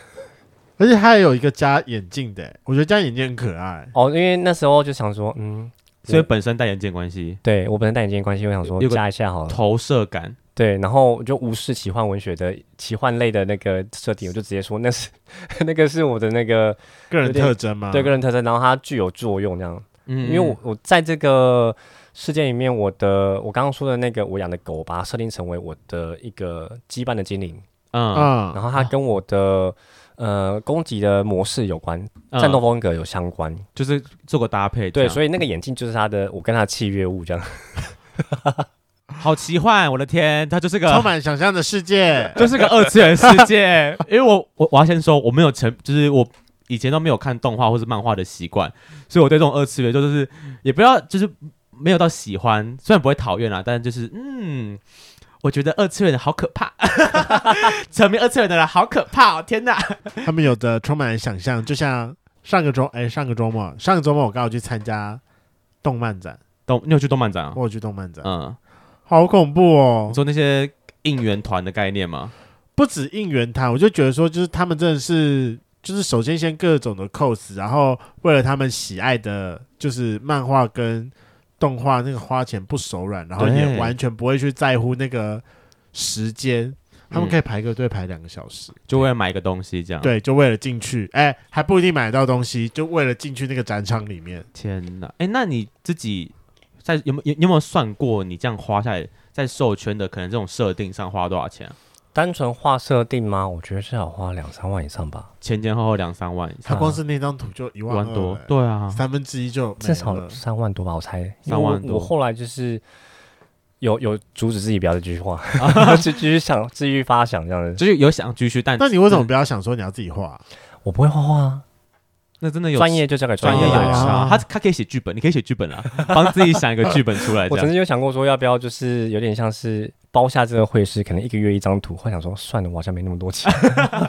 A: 而且他还有一个加眼镜的、欸我觉得加眼镜很可爱。
C: 哦，因为那时候就想说，嗯，
B: 所以本身戴眼镜关系，
C: 对我本身戴眼镜的关系，我想说
B: 有个
C: 加一下好了。
B: 投射感，
C: 对，然后我就无视奇幻文学的奇幻类的那个设定，我就直接说那是 那个是我的那个
A: 个人
C: 有点
A: 特征吗？
C: 对个人特征，然后它具有作用这样。
B: 啊嗯，
C: 因为我我在这个事件里面，我的我刚刚说的那个我养的狗，我把它设定成为我的一个羁绊的精灵，
B: 嗯
A: 啊、
C: 然后它跟我的、呃攻击的模式有关，
B: 嗯
C: 战斗风格有相关，
B: 就是做个搭配，
C: 对，所
B: 以
C: 以那个眼镜就是它的我跟它的契约物这样，
B: 好奇幻，我的天，他就是
A: 充
B: 个。
A: 满想象的世 界。
B: 就是个二次元世界， 因为我我我要先说，我没有成，就是我以前都没有看动画或是漫画的习惯，所以我对这种二次元就是也不要就是没有到喜欢，虽然不会讨厌啊啦，但就是嗯，我觉得二次元的好可怕， 沉迷二次元的人好可怕、哦，天哪！
A: 他们有的充满想象，就像上个周哎、上个周末，上个周末我刚好去参加动漫展，
B: 动，你有去动漫展啊？
A: 我有去动漫展，
B: 嗯，
A: 好恐怖哦
B: 你！说那些应援团的概念吗？
A: 不止应援团，我就觉得说，就是他们真的是，就是首先先各种的 cos，然后为了他们喜爱的，就是漫画跟动画那个花钱不手软，然后也
B: 对
A: 完全不会去在乎那个时间，他们
B: 嗯
A: 可以排个队排两个小时，
B: 就为了买一个东西这样？，
A: 对，就为了进去，哎，还不一定买得到东西，就为了进去那个展场里面。
B: 天哪！哎、那你自己在有没有有有没有算过你这样花下来在授权的可能这种设定上花多少钱啊、
C: 单纯画设定吗？我觉得至少花两三万以上吧，
B: 前前后后两三万以上，
A: 他光是那张图就一
B: 啊一
A: 万
B: 万
A: 二
B: 多
A: 哎，
B: 对啊，
A: 三分之一就没
C: 至少
A: 了
C: 三万多吧，我猜。因为
B: 三万
C: 我
B: 多
C: 我后来就是有有阻止自己不要再继续 画，就继续想继续发想这样子。
B: 就是有想继续，但
A: 那你为什么不要想说你要自己画？
C: 我不会画画啊，
B: 那真的有
C: 专业就交给专
B: 专
C: 业
B: 业
C: 的
B: 有
C: 人
A: 啊
B: 差？他他可以写剧本，你可以写剧本啊，帮自己想一个剧本出来这
C: 我曾
B: 样。
C: 经有想过说，要不要就是有点像是包下这个会师，可能一个月一张图，会想说算了，我好像没那么多钱。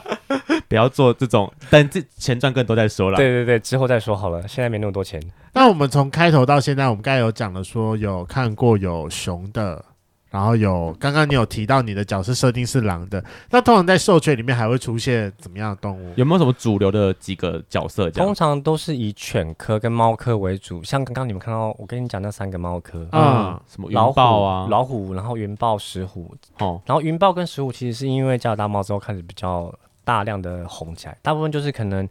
B: 不要做这种，等这钱赚更多再说啦。
C: 对对对，之后再说好了，现在没那么多钱。
A: 那我们从开头到现在，我们刚才有讲了，说有看过有熊的，然后有刚刚你有提到你的角色设定是狼的，那通常在授权里面还会出现怎么样的动物？
B: 有没有什么主流的几个角色这
C: 通
B: 样？
C: 常都是以犬科跟猫科为主，像刚刚你们看到我跟你讲那三个猫科，
A: 啊
B: 嗯，什么
C: 老
B: 拥
C: 虎
B: 抱啊，
C: 老虎，然后云豹、石虎，
B: 哦，
C: 然后云豹跟石虎其实是因为加拿大猫之后开始比较大量的红起来，大部分就是可能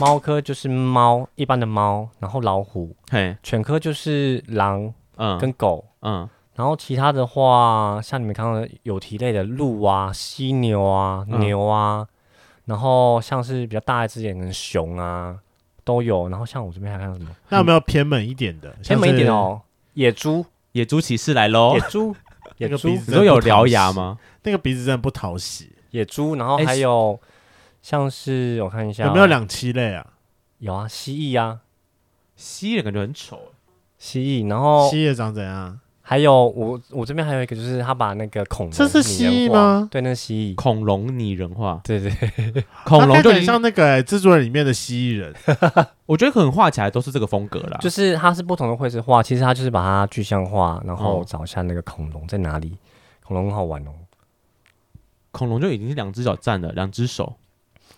C: 猫科就是猫，一般的猫，然后老虎，
B: 嘿，
C: 犬科就是狼
B: 嗯
C: 跟狗。
B: 嗯，
C: 然后其他的话，像你们看到的有蹄类的鹿啊、犀牛啊、
B: 嗯
C: 牛啊，然后像是比较大一只点的熊啊都有。然后像我这边还看到什么？
A: 那有没有偏门一点的？
C: 偏门一点，哦，野猪、
B: 野猪骑士来喽
C: 野！猪、野
A: 那个
C: 猪、
A: 鼻子
B: 你说有獠牙吗？
A: 那个鼻子真的不讨喜。
C: 野猪，然后
B: 哎
C: 还
B: 是
C: 有像是我看一下啊、
A: 有没有两栖类啊？
C: 有啊，蜥蜴啊，
B: 蜥蜴感觉很丑，
C: 蜥蜴，然
B: 哦
C: 后
A: 蜥蜴长怎样？
C: 还有我我这边还有一个就是他把那个恐龙
A: 这是
C: 拟人
A: 蜥蜴
C: 化
A: 吗
C: 对，那是蜥蜴。
B: 恐龙拟人化，
C: 对对，
B: 恐龙
A: 它看起
B: 就
A: 来
B: 已经
A: 像那个欸蜘蛛人里面的蜥蜴人，
B: 我觉得可能画起来都是这个风格
A: 啊
B: 啦，
C: 就是它是不同的绘制画，其实它就是把它具象化，然
A: 哦
C: 后
B: 嗯
C: 找一下那个恐龙在哪里。恐龙很好玩哦，
B: 恐龙就已经是两只脚站了，两只手，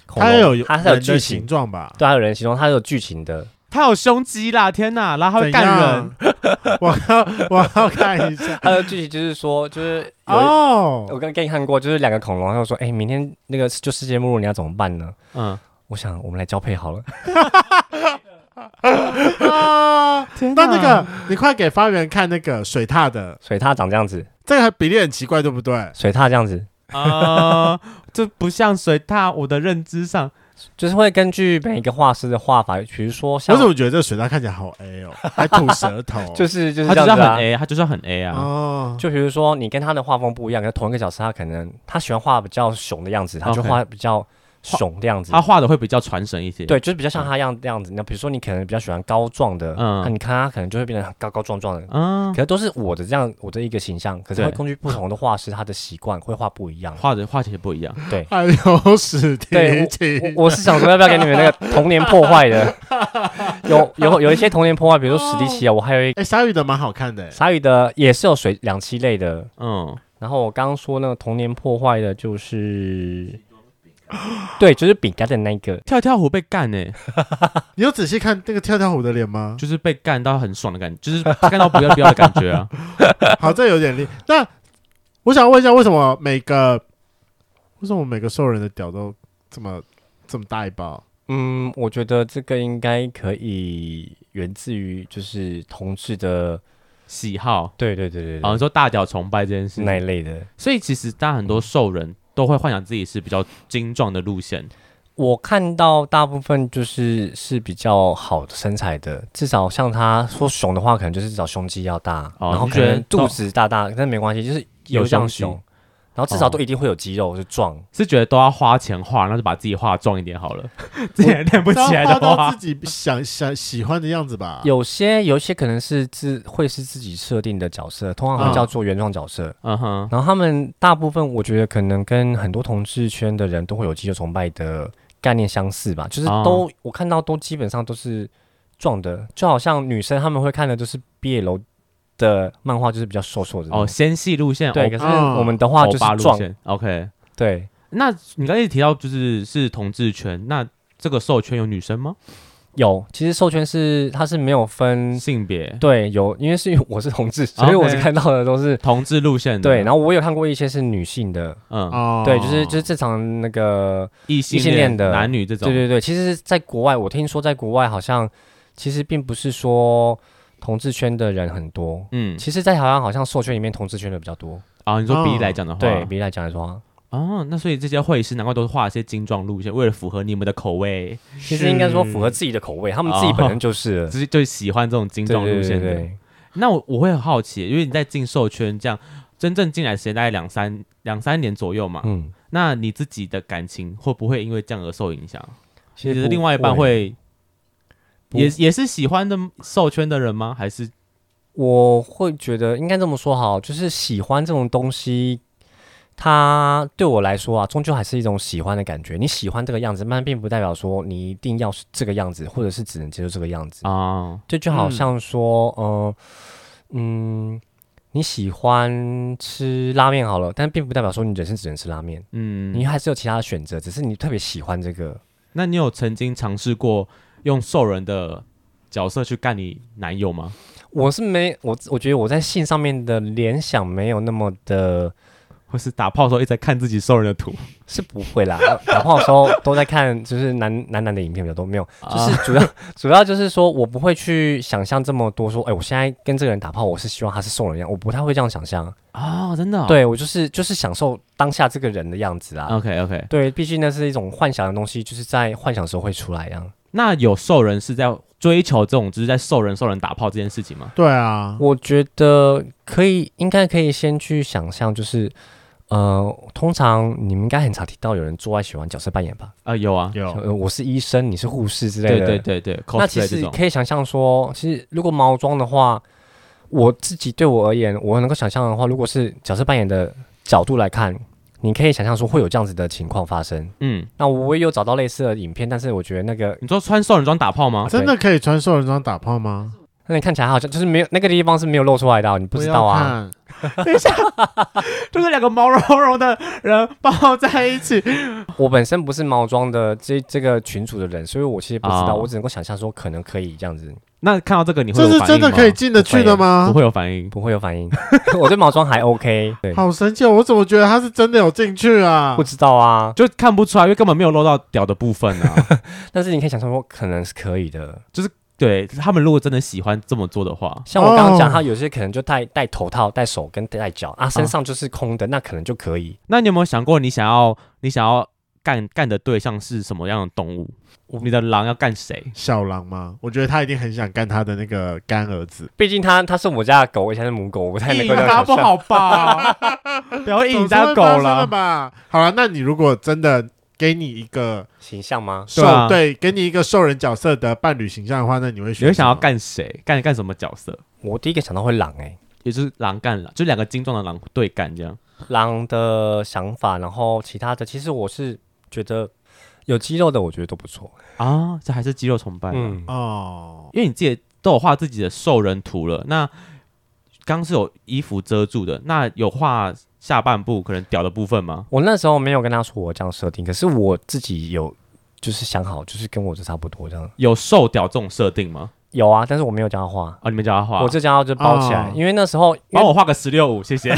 C: 恐
A: 它有
C: 龙它是有
A: 人的
C: 剧
A: 形
C: 情，
A: 状吧？
C: 对，它有人形容，它是有剧情的。
B: 它有胸肌啦，天哪，然后它会
A: 怎
B: 干人
A: 样，？我要我要看一 下
C: 它的剧情就是说，就是有 一
A: 哦。
C: 我刚给你看过，就是两个恐龙，他就说，哎、明天那个就世界末日，你要怎么办呢？
B: 嗯，
C: 我想我们来交配好了。
A: 啊！
B: 天
A: 那那个，你快给发源看那个水獭的，
C: 水獭长这样子，
A: 这个比例很奇怪，对不对？
C: 水獭这样子，
B: 啊，这不像水獭，我的认知上，
C: 就是会根据每一个画师的画法，比如说
A: 我
C: 像，
A: 怎么觉得这水獭看起来好 A 哦，还吐舌头
C: 就是就是
B: 它
C: 这
B: 就
C: 样
B: 是
C: 子
B: 要很
C: 啊。
B: A，它就是要很 A 啊，
A: 哦，
C: 就比如说你跟他的画风不一样，可是同一个角色，他可能他喜欢画比较熊的样子，他就
B: OK
C: 画比较熊这样子
B: 他。画的会比较传神一些。
C: 对，就是比较像他一样这样子。那比如说你可能比较喜欢高壮的，
B: 嗯
C: 那你看他可能就会变成高高壮壮的。
B: 嗯，
C: 可是都是我的这样，我的一个形象。可是会
B: 对
C: 根据不同的画师，他的习惯会画不一 样。
B: 画的画的也不一样。
A: 还有史提
C: 对
A: 琴，
C: 我我是想说，要不要给你们那个童年破坏的？有有有一些童年破坏，比如说史迪奇啊，我还有一个
A: 哎，鲨鱼的蛮好看的欸，
C: 鲨鱼的，也是有水两栖类的。
B: 嗯，
C: 然后我刚刚说那个童年破坏的， 就是对，就是饼干的那一个。
B: 跳跳虎被干哎，
A: 你有仔细看那个跳跳虎的脸吗？
B: 就是被干到很爽的感觉，就是干到不要不要的感觉啊。
A: 好，这有点厉。那我想问一下，为什么每个为什么每个兽人的屌都这么这么大一包？
C: 嗯，我觉得这个应该可以源自于就是同志的，哦
B: 喜好，
C: 对对对对
B: 好像
C: 对，
B: 说大屌崇拜这件事
C: 那一
B: 情，
C: 类的。
B: 所以其实大家很多兽人都会幻想自己是比较精壮的路线。
C: 我看到大部分就是是比较好的身材的，至少像他说熊的话，可能就是至少胸肌要大，
B: 哦
C: 然后
B: 你
C: 可
B: 觉得
C: 能肚子大大，但没关系，就是
B: 有
C: 这样
B: 胸肌
C: 熊，然后至少
B: 哦
C: 都一定会有肌肉，就壮。
B: 是觉得都要花钱画，那就把自己画壮一点好了， 自己也练
A: 不
B: 不起来的
A: 到
B: 话
A: 自，己想想喜欢的样子
B: 啊
A: 吧。
C: 有些有一些可能是自会是自己设定的角色，通常会
A: 嗯
C: 叫做原创角色。
B: 嗯哼，
C: 然后他们大部分，我觉得可能跟很多同志圈的人都会有肌肉崇拜的概念相似吧，就是
B: 哦
C: 都、我看到都基本上都是壮的，就好像女生他们会看的都是 BL 的漫画，就是比较瘦瘦的那
B: 哦，
C: 种，
B: 纤细路线，
C: 嗯对。
B: 欧
C: 可是
A: 哦
C: 我们的话
B: 欧
C: 就是
B: 巴路
C: 壮，
B: 线，OK。
C: 对，
B: 那你刚才一直提到就是是同志圈，那这个兽圈有女生吗？
C: 有。其实兽圈是它是没有分，
B: 性别
C: 对，有，因为是因为我是同志，所以
B: 哦 OK 嗯
C: 我是看到的都是。
B: 同志路线的，
C: 对，然后我有看过一些是女性的，
B: 嗯，
A: 哦，
C: 对，就是就是正常那个
B: 异性
C: 异性恋的
B: 男女这种，
C: 对对对，其实，在国外，我听说在国外好像其实并不是说同志圈的人很多，
B: 嗯，
C: 其实，在台湾好像兽圈里面同志圈的比较多。
B: 啊，你说比例
A: 哦
B: 来讲的话，
C: 对，比例来讲来说，啊
B: 哦，那所以这些会师难怪都是画一些精壮路线，为了符合你们的口味，
C: 其实应该说符合自己的口味，他们自己本身就是 了。
B: 就是就喜欢这种精
C: 对
B: 壮路
C: 对对
B: 线的。
C: 对，
B: 那我我会很好奇，因为你在进兽圈这样真正进来时间大概两三两三年左右嘛，
C: 嗯，
B: 那你自己的感情会不会因为这样而受影响？
C: 其
B: 你的另外一半会
C: 不
B: 也也是喜欢的兽圈的人吗？还是
C: 我会觉得应该这么说好，就是喜欢这种东西，它对我来说啊，终究还是一种喜欢的感觉。你喜欢这个样子，但并不代表说你一定要是这个样子，或者是只能接受这个样子。
B: 啊？
C: 这就好
A: 嗯
C: 像说，呃，嗯，你喜欢吃拉面好了，但并不代表说你人生只能吃拉面，你
B: 嗯，
C: 还是有其他的选择，只是你特别喜欢这个。
B: 那你有曾经尝试过用兽人的角色去干你男友吗？
C: 我是没我，我觉得我在性上面的联想没有那么的，
B: 或是打炮的时候一直在看自己兽人的图？
C: 是不会啦。 打炮的时候都在看，就是男男男的影片比较多，没有，
B: 啊
C: 就是主要、 主要就是说我不会去想象这么多，说，哎、我现在跟这个人打炮，我是希望他是送人一样，我不太会这样想象。
B: 啊、真的、哦？
C: 对我就是就是享受当下这个人的样子啦。
B: ，OK OK。
C: 对，毕竟那是一种幻想的东西，就是在幻想时候会出来一样。
B: 那有兽人是在追求这种，就是在兽人兽人打炮这件事情吗？
A: 对啊，
C: 我觉得可以，应该可以先去想象，就是呃，通常你们应该很常听到有人做爱喜欢角色扮演吧？
B: 啊、有啊，
A: 有
C: 呃，我是医生，你是护士之类
B: 对
C: 的。
B: 对对对
C: 那其
B: ，cosplay 这
C: 实
B: 种，
C: 可以想象说，其实如果毛装的话，我自己对我而言，我能够想象的话，如果是角色扮演的角度来看，你可以想象说会有这样子的情况发生。
B: 嗯，
C: 那我也有找到类似的影片，但是我觉得那个
B: 你说穿兽人装打炮吗？
A: 真的可以穿兽人装打炮吗？
C: 那你看起来好像就是没有那个地方是没有露出来的哦、你不知道啊？
A: 要看，
B: 就是两个毛茸茸的人抱在一起，
C: 我本身不是毛装的这这个群主的人，所以我其实不知道，
B: 哦
C: 我只能够想象说可能可以这样子，
B: 那看到这个你会
A: 这
B: 有
A: 是
B: 反
A: 真
B: 应吗？
A: 的可以进得去的吗
B: 啊不？会有反应。
C: 不会有反应。我对毛装还 OK，对，
A: 好神奇哦！我怎么觉得他是真的有进去啊
C: 不？知道啊。
B: 就看不出来，因为根本没有露到屌的部分 啊。
C: 但是你可以想象说可能是可以的，
B: 对他们，如果真的喜欢这么做的话，
C: 像我刚刚讲，
A: 哦
C: 他有些可能就戴戴头套、戴手跟戴脚啊，身上就是空的，那可能就可以。
B: 那你有没有想过，你想要你想要干干的对象是什么样的动物？你的狼要干谁？
A: 小狼吗？我觉得他一定很想干他的那个干儿子，
C: 毕竟他他是我家的狗，我以前是母狗，我
B: 哎
C: 不太能够这样想象。
B: 吧？不要哎
A: 总是会发生的吧？好了，那你如果真的给你一个
C: 形象吗？
A: 兽
B: 对啊
A: 对，给你一个兽人角色的伴侣形象的话，那你会
B: 你
A: 选？
B: 会想要？干谁？干干什么角色？
C: 我第一个想到会狼哎、
B: 也就是狼干狼，就两个精壮的狼对干这样。
C: 狼的想法，然后其他的，其实我是觉得有肌肉的，我觉得都不错。
B: 啊，这还是肌肉崇拜、嗯，
C: 嗯，
A: 哦，
B: 因为你自己都有画自己的兽人图了，那刚是有衣服遮住的，那有画下半部可能屌的部分吗？
C: 我那时候没有跟他说我这样设定，可是我自己有就是想好，就是跟我这差不多这样。
B: 有兽屌这种设定吗？
C: 有啊，但是我没有叫他画，
B: 啊，你们叫他画，
C: 我这叫他就包起来，
A: 哦
C: 因为那时候因
B: 帮
C: 为
B: 我画个十六五，谢谢，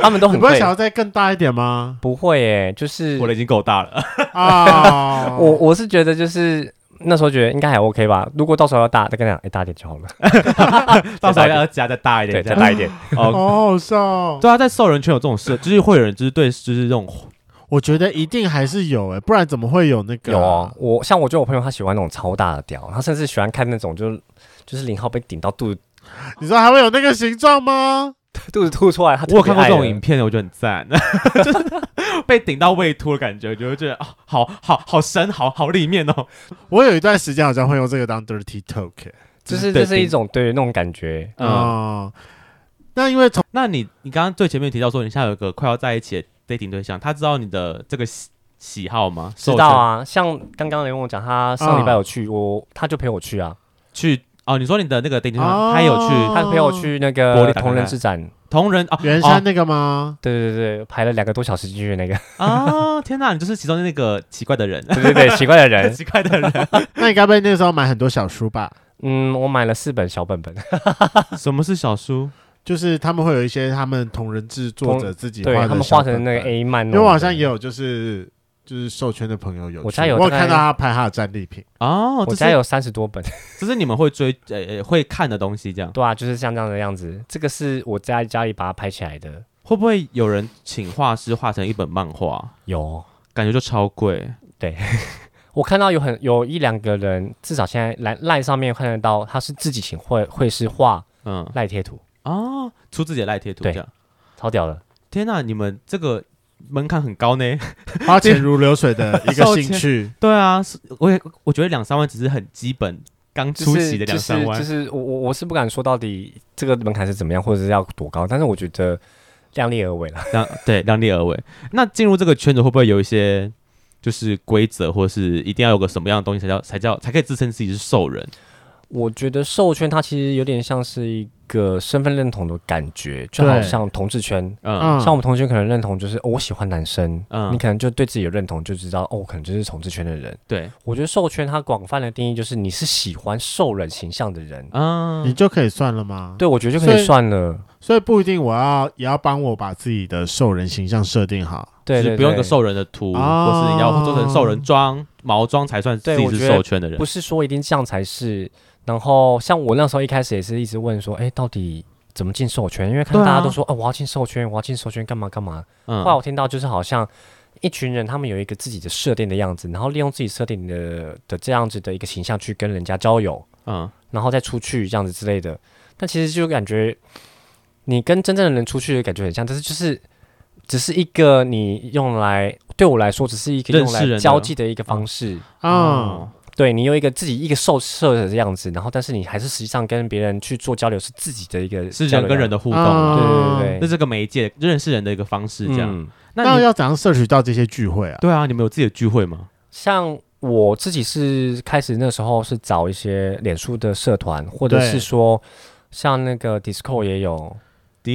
C: 他们都
A: 你
C: 很
A: 不会
C: 会
A: 想，要再更大一点吗？
C: 不会耶、就 是
B: 我的已经够大 了。
A: 啊，
C: 我我是觉得就是。那时候觉得应该还 OK 吧，如果到时候要大，再跟他讲，哎、大点就好了，
B: 到时候要加再大一
C: 对，
B: 点，
C: 再
B: 这样
C: 大一点。
B: 哦。
A: 好好笑哦。
B: 对啊，在兽人圈有这种事，就是会有人就是对就是这种
A: 我觉得一定还是有欸诶，不然怎么会有那个
C: 有
A: 啊？
C: 哦，我像我就有朋友，他喜欢那种超大的屌，他甚至喜欢看那种就是就是零号被顶到肚子
A: 你知道还会有那个形状吗？
C: 肚子吐出来，他
B: 我有看过这种影
C: 片，
B: 片，我觉得很赞， 就是被顶到胃凸的感觉，就会觉得啊、好好好深，好好里面哦。
A: 我有一段时间好像会用这个当 dirty talk 欸。
C: 就是
B: 对
C: 这是一
B: 顶
C: 种对那种感觉，
B: 嗯，
A: 哦，那因为从
B: 那你你刚刚最前面提到说，你现在有一个快要在一起的 dating 对象，他知道你的这个喜喜好吗？
C: 知道啊。像刚刚你跟我讲，他上礼拜有去，我他就陪我去啊，
B: 瘦身，去哦，你说你的那个 dating 对
A: 哦
B: 象，他有去
C: 他陪我去那
B: 玻璃
C: 个
B: 打开
C: 同人
B: 来
C: 志展，
B: 同人哦，
A: 原山那个吗？
C: 对对对，排了两个多小时进去那个，
B: 哦啊，天哪，你就是其中的那个奇怪的人，
C: 对对对，奇怪的 人。
B: 奇怪的人，
A: 那你该不会那个时候买很多小书吧？
C: 嗯，我买了四本小本本，
B: 什么是小叔？
A: 就是他们会有一些他们同人制作者自己
C: 对
A: 画
C: 他们
A: 的
C: 画
A: 小本本，
C: 成那个 A 漫
A: 因
C: 那种的，
A: 为我好像也有就是就是授权的朋友有去，
C: 我家有
A: 我有
C: 大概
A: 看到他拍他的战利品，
B: 哦，
C: 我
B: 这
C: 家
B: 是
C: 有三十多本，
B: 这是你们会追呃呃会看的东西，这样
C: 对啊，就是像这样的样子。这个是我在家里把它拍起来的，
B: 会不会有人请画师画成一本漫画？
C: 有。
B: 感觉就超贵，
C: 我看到有很有一两个人，至少现在来赖上面看得到，他是自己请绘绘师画
B: 嗯，
C: 赖贴图，
B: 哦，出自己的赖贴图这
C: 对
B: 样。
C: 超屌的。
B: 天呐，你们这个门槛很高呢。
A: 花钱如流水的 一个
B: 授权
A: 兴趣。
B: 对啊，是我也我觉得两三万只是很基本刚出席的两三万，
C: 就是、就是、我我我是不敢说到底这个门槛是怎么样，或者是要多高，但是我觉得量力而为啦。
B: 量 对量力而为。那进入这个圈子会不会有一些就是规则，或是一定要有个什么样的东西才叫才叫才可以自称自己是兽人？
C: 我觉得授圈它其实有点像是一个身份认同的感觉，就好
A: 对
C: 像同志圈，
B: 嗯
A: 嗯，
C: 像我们同学可能认同就是、哦我喜欢男生，
B: 嗯
C: 你可能就对自己有认同，就知道哦，我可能就是同志圈的人。
B: 对，
C: 我觉得授圈它广泛的定义就是你是喜欢兽人形象的人。
A: 你
B: 嗯，
A: 就可以算了吗？，
C: 对，我觉得就
A: 所
C: 可
A: 以
C: 以算了。
A: 所以不一定我要也要帮我把自己的兽人形象设定好。
C: 对
B: 就是
C: 对，
B: 不用一个
C: 对，
B: 兽人的图，
A: 哦
B: 或是你要做成兽人装、毛装才算自
C: 对
B: 己
C: 我
B: 是
C: 觉得
B: 兽圈的人
C: 不。是说一定这样才是。然后像我那时候一开始也是一直问说，哎，到底怎么进兽圈？因为看
B: 对
C: 到
B: 啊
C: 大家都说，哦，我要进兽圈，我要进兽圈，干嘛干嘛。
B: 嗯
C: 后来我听到就是好像一群人他们有一个自己的设定的样子，然后利用自己设定的的这样子的一个形象去跟人家交友，
B: 嗯，
C: 然后再出去这样子之类的。但其实就感觉你跟真正的人出去的感觉很像，但是就是只是一个你用来对我来说，只是一个
B: 认
C: 用
B: 识人
C: 来
B: 的哦
C: 交际的一个方式。
A: 嗯，
C: 对你有一个自己一个受设的样子，然后但是你还是实际上跟别人去做交流，是自己的一个
B: 是
C: 交
B: 人
C: 流
B: 跟人
C: 样子。
B: 的互动
A: 嗯
B: 啊，
C: 对对对
B: 这是个媒介认识人的一个方式，这样。
C: 嗯
B: 那
A: 那
B: 你
A: 要怎样摄取到这些聚会啊？
B: 对啊，你们有自己的聚会吗？
C: 像我自己是开始那时候是找一些脸书的社团，或者
A: 对
C: 是说像那个 Discord 也有，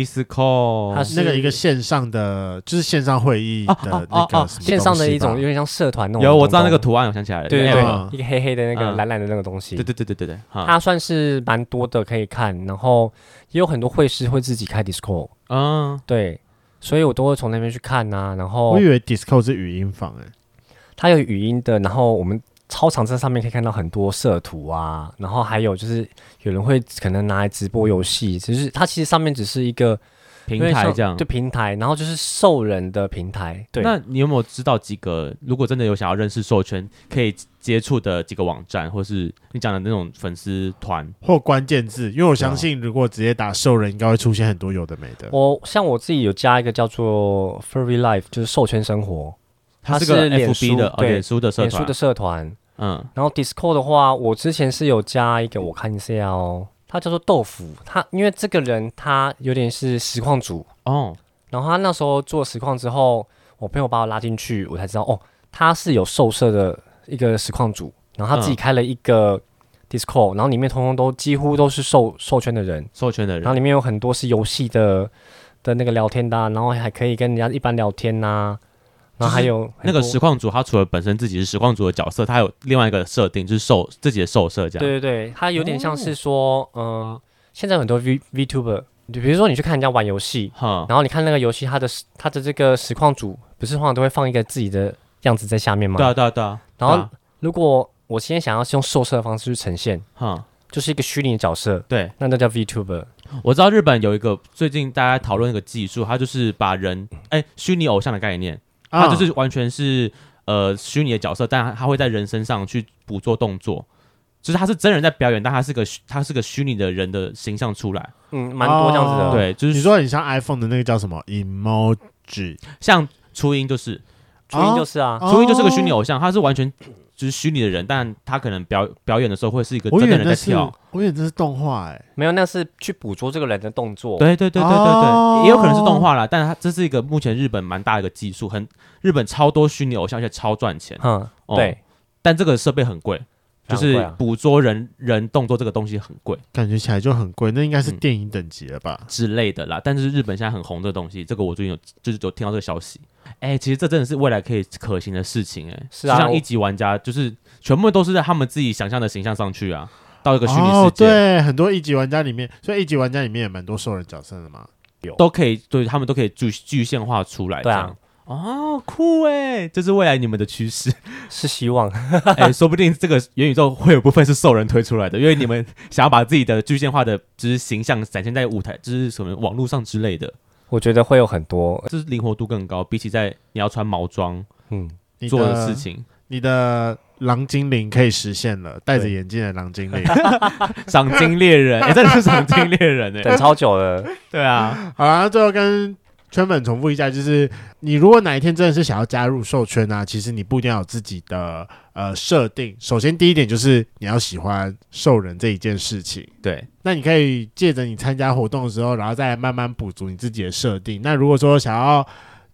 B: disco，
C: 它是
A: 那个一个线上的，就是线上会议
B: 哦
A: 的
B: 哦
A: 那
B: 哦
A: 个
B: 哦
A: 什么
C: 线上的一种
A: 东西
C: 有
A: 吧
C: 点像社团那种东
B: 有
C: 东。
B: 我知道那个图案，我想起来了，
C: 对对
A: 有
C: 对
A: app，
C: 一个黑黑的那个
B: 嗯
C: 蓝蓝的那个东西，
B: 对对对对对对，哈，
C: 它算是蛮多的可以看，然后也有很多会师会自己开 Discord，
B: 嗯，
C: 对，所以我都会从那边去看呐、然
B: 哦
C: 后
A: 我以为 Disco 是语音房欸诶，
C: 它有语音的，然后我们操场这上面可以看到很多色图啊，然后还有就是有人会可能拿来直播游戏，就是它其实上面只是一个
B: 平
C: 有点
B: 台
C: 像
B: 这样
C: 对。平台，然后就是兽人的平台，对，
B: 那你有没有知道几个？如果真的有想要认识授权，可以接触的几个网站，或是你讲的那种粉丝团？
A: 或关键字，因为我
B: 啊
A: 相信如果直接打兽人，应该会出现很
B: 哦
A: 多有的没的。
C: 我像我自己有加一个叫做 Furry Life，就是兽圈生活，
B: 它
C: 它
B: 是个
C: 是脸
B: FB 的
C: 书
B: 哦
C: 对
B: 脸书的社
C: 脸书
B: 团
C: 的，社团。
B: 嗯，
C: 然后 Discord 的话，我之前是有加一个，我看一下哦，他叫做豆腐，他因为这个人他有点是实况主，
B: 哦，
C: 然后他那时候做实况之后，我朋友把我拉进去，我才知道哦，他是有兽社的一个实况组，然后他自
B: 嗯
C: 己开了一个 Discord，、然后里面通通都几乎都是兽兽圈的人，
B: 授权的
C: 然后
B: 人，
C: 里面有很多是游戏的的那个聊天的啊、然后还可以跟人家一般聊天呐、然后还有很
B: 那个
C: 多
B: 实况组，他除了本身自己是实况组的角色，他还有另外一个设定，就是受自己的受设这样。哦
C: 对对对，它有点像是说，嗯、现在有很多 V VTuber，就比如说你去看人家玩游戏，
B: 哼，
C: 然后你看那个游戏它的它的这个实况组，不是通常都会放一个自己的样子在下面吗？
B: 对啊，对啊，对啊。
C: 然后
B: 对啊
C: 如果我今天想要是用受摄的方式去呈现，
B: 哼，
C: 就是一个虚拟的角色，
B: 对，
C: 那那叫 VTuber。
B: 我知道日本有一个最近大家讨论一个技术，它就是把人哎虚拟偶像的概念，
A: 啊
B: 它啊就是完全是呃虚拟的角色，但它会在人身上去捕捉动作，就是他是真人在表演，但他是个虚他是个虚拟的人的形象出来。
C: 嗯，蛮多这样子的。
A: 哦
B: 对，就是
A: 你说很像 iPhone 的那个叫什么 emoji，
B: 像初音就是
C: 初音就是啊，
A: 哦
B: 初音就是个虚拟偶像，他是完全就是虚拟的人，但他可能表表演的时候会是一个
A: 我以
B: 真的
A: 为
B: 人
A: 那
B: 在
A: 是
B: 跳。，
A: 我以为那是动画哎，
C: 没有，那是去捕捉这个人的动作。
B: 对对对对对
A: 哦
B: 对，也有可能是动画啦，但它这是一个目前日本蛮大的一个技术，很日本超多虚拟偶像，而且超赚钱。
C: 嗯，
B: 哦
C: 对，
B: 但这个设备很贵，就
C: 非常
B: 是
C: 贵啊
B: 捕捉人人动作这个东西很贵
A: 感觉起来就很贵，那应该是
B: 嗯
A: 电影等级了吧？
B: 之类的啦。但是日本现在很红的东西，这个我最近有就是有听到这个消息。哎、其实这真的是未来可以可行的事情哎、
C: 是啊
B: 就像
C: 我
B: 一级玩家，就是全部都是在他们自己想象的形象上去啊，到一个虚拟世
A: 哦，
B: 界、
A: 对，很多一级玩家里面，所以一级玩家里面也蛮多兽人角色的嘛。
B: 都可以，对他们都可以具具现化出来这
C: 对啊
B: 样。哦，酷哎、这是未来你们的趋势
C: 是希望。
B: 哎、说不定这个元宇宙会有部分是兽人推出来的，因为你们想要把自己的具现化的就是形象展现在舞台，就是什么网络上之类的。
C: 我觉得会有很多，
B: 就是灵活度更高，比起在你要穿毛装
C: 嗯，
A: 你
B: 做的事，情，
A: 你的狼精灵可以实现了，戴着
C: 对
A: 眼镜的狼精 灵。
B: 赏金 猎人，哎、真的是赏金猎人哎、
C: 等超久了。
B: 对啊，
A: 好啦，最后跟圈粉重复一下，就是你如果哪一天真的是想要加入兽圈啊，其实你不一定要有自己的呃设定。首先第一点就是你要喜欢兽人这一件事情。
B: 对，
A: 那你可以借着你参加活动的时候，然后再来慢慢补足你自己的设定。那如果说想要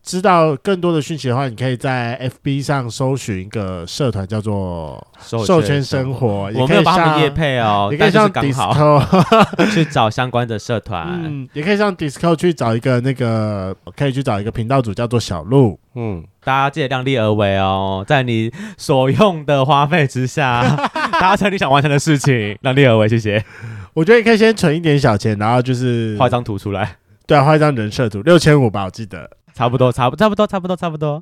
A: 知道更多的讯息的话，你可以在 FB 上搜寻一个社团叫做“
B: 授
A: 授权生活”，
B: 我
A: 也
B: 没
A: 可
B: 有
A: 以
B: 帮他
A: 上
B: 们业配哦
A: 你，可以
B: 但就是
A: 上
B: 刚好
A: Disco，
B: 去找相关的社团。
A: 嗯， 也可以上 Disco 去找一个那个，可以去找一个频道主叫做小鹿。
C: 嗯，
B: 大家记得量力而为哦，在你所用的花费之下， 达成你想完成的事情，量力而为，谢谢。
A: 我觉得你可以先存一点小钱，然后就是
B: 画一张图出来，
A: 对啊，画一张人设图，六千五吧，我记得。
B: 差不多，差不差不多，差不多，差不多。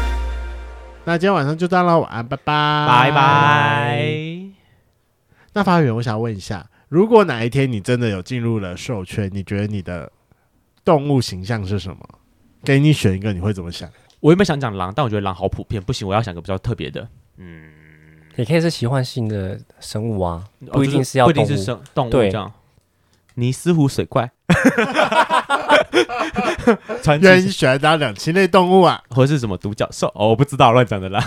A: 那今天晚上就这样了，晚安，拜拜，
B: 拜拜。
A: 那发源，我想问一下，如果哪一天你真的有进入了兽圈，你觉得你的动物形象是什么？给你选一个，你会怎么想？
B: 我原本想讲狼，但我觉得狼好普遍，不行，我要想个比较特别的，
C: 也可以是习惯性的生物啊，
B: 哦
C: 不一
B: 就
C: 定是要
B: 不一定
C: 动
B: 是
C: 物
B: 生动物
C: 对
B: 这样。尼斯湖水 怪，传
A: 愿意
B: 奇
A: 喜欢当两栖类动物啊？啊
B: 或是什么独角兽？哦，我不知道，乱讲的啦。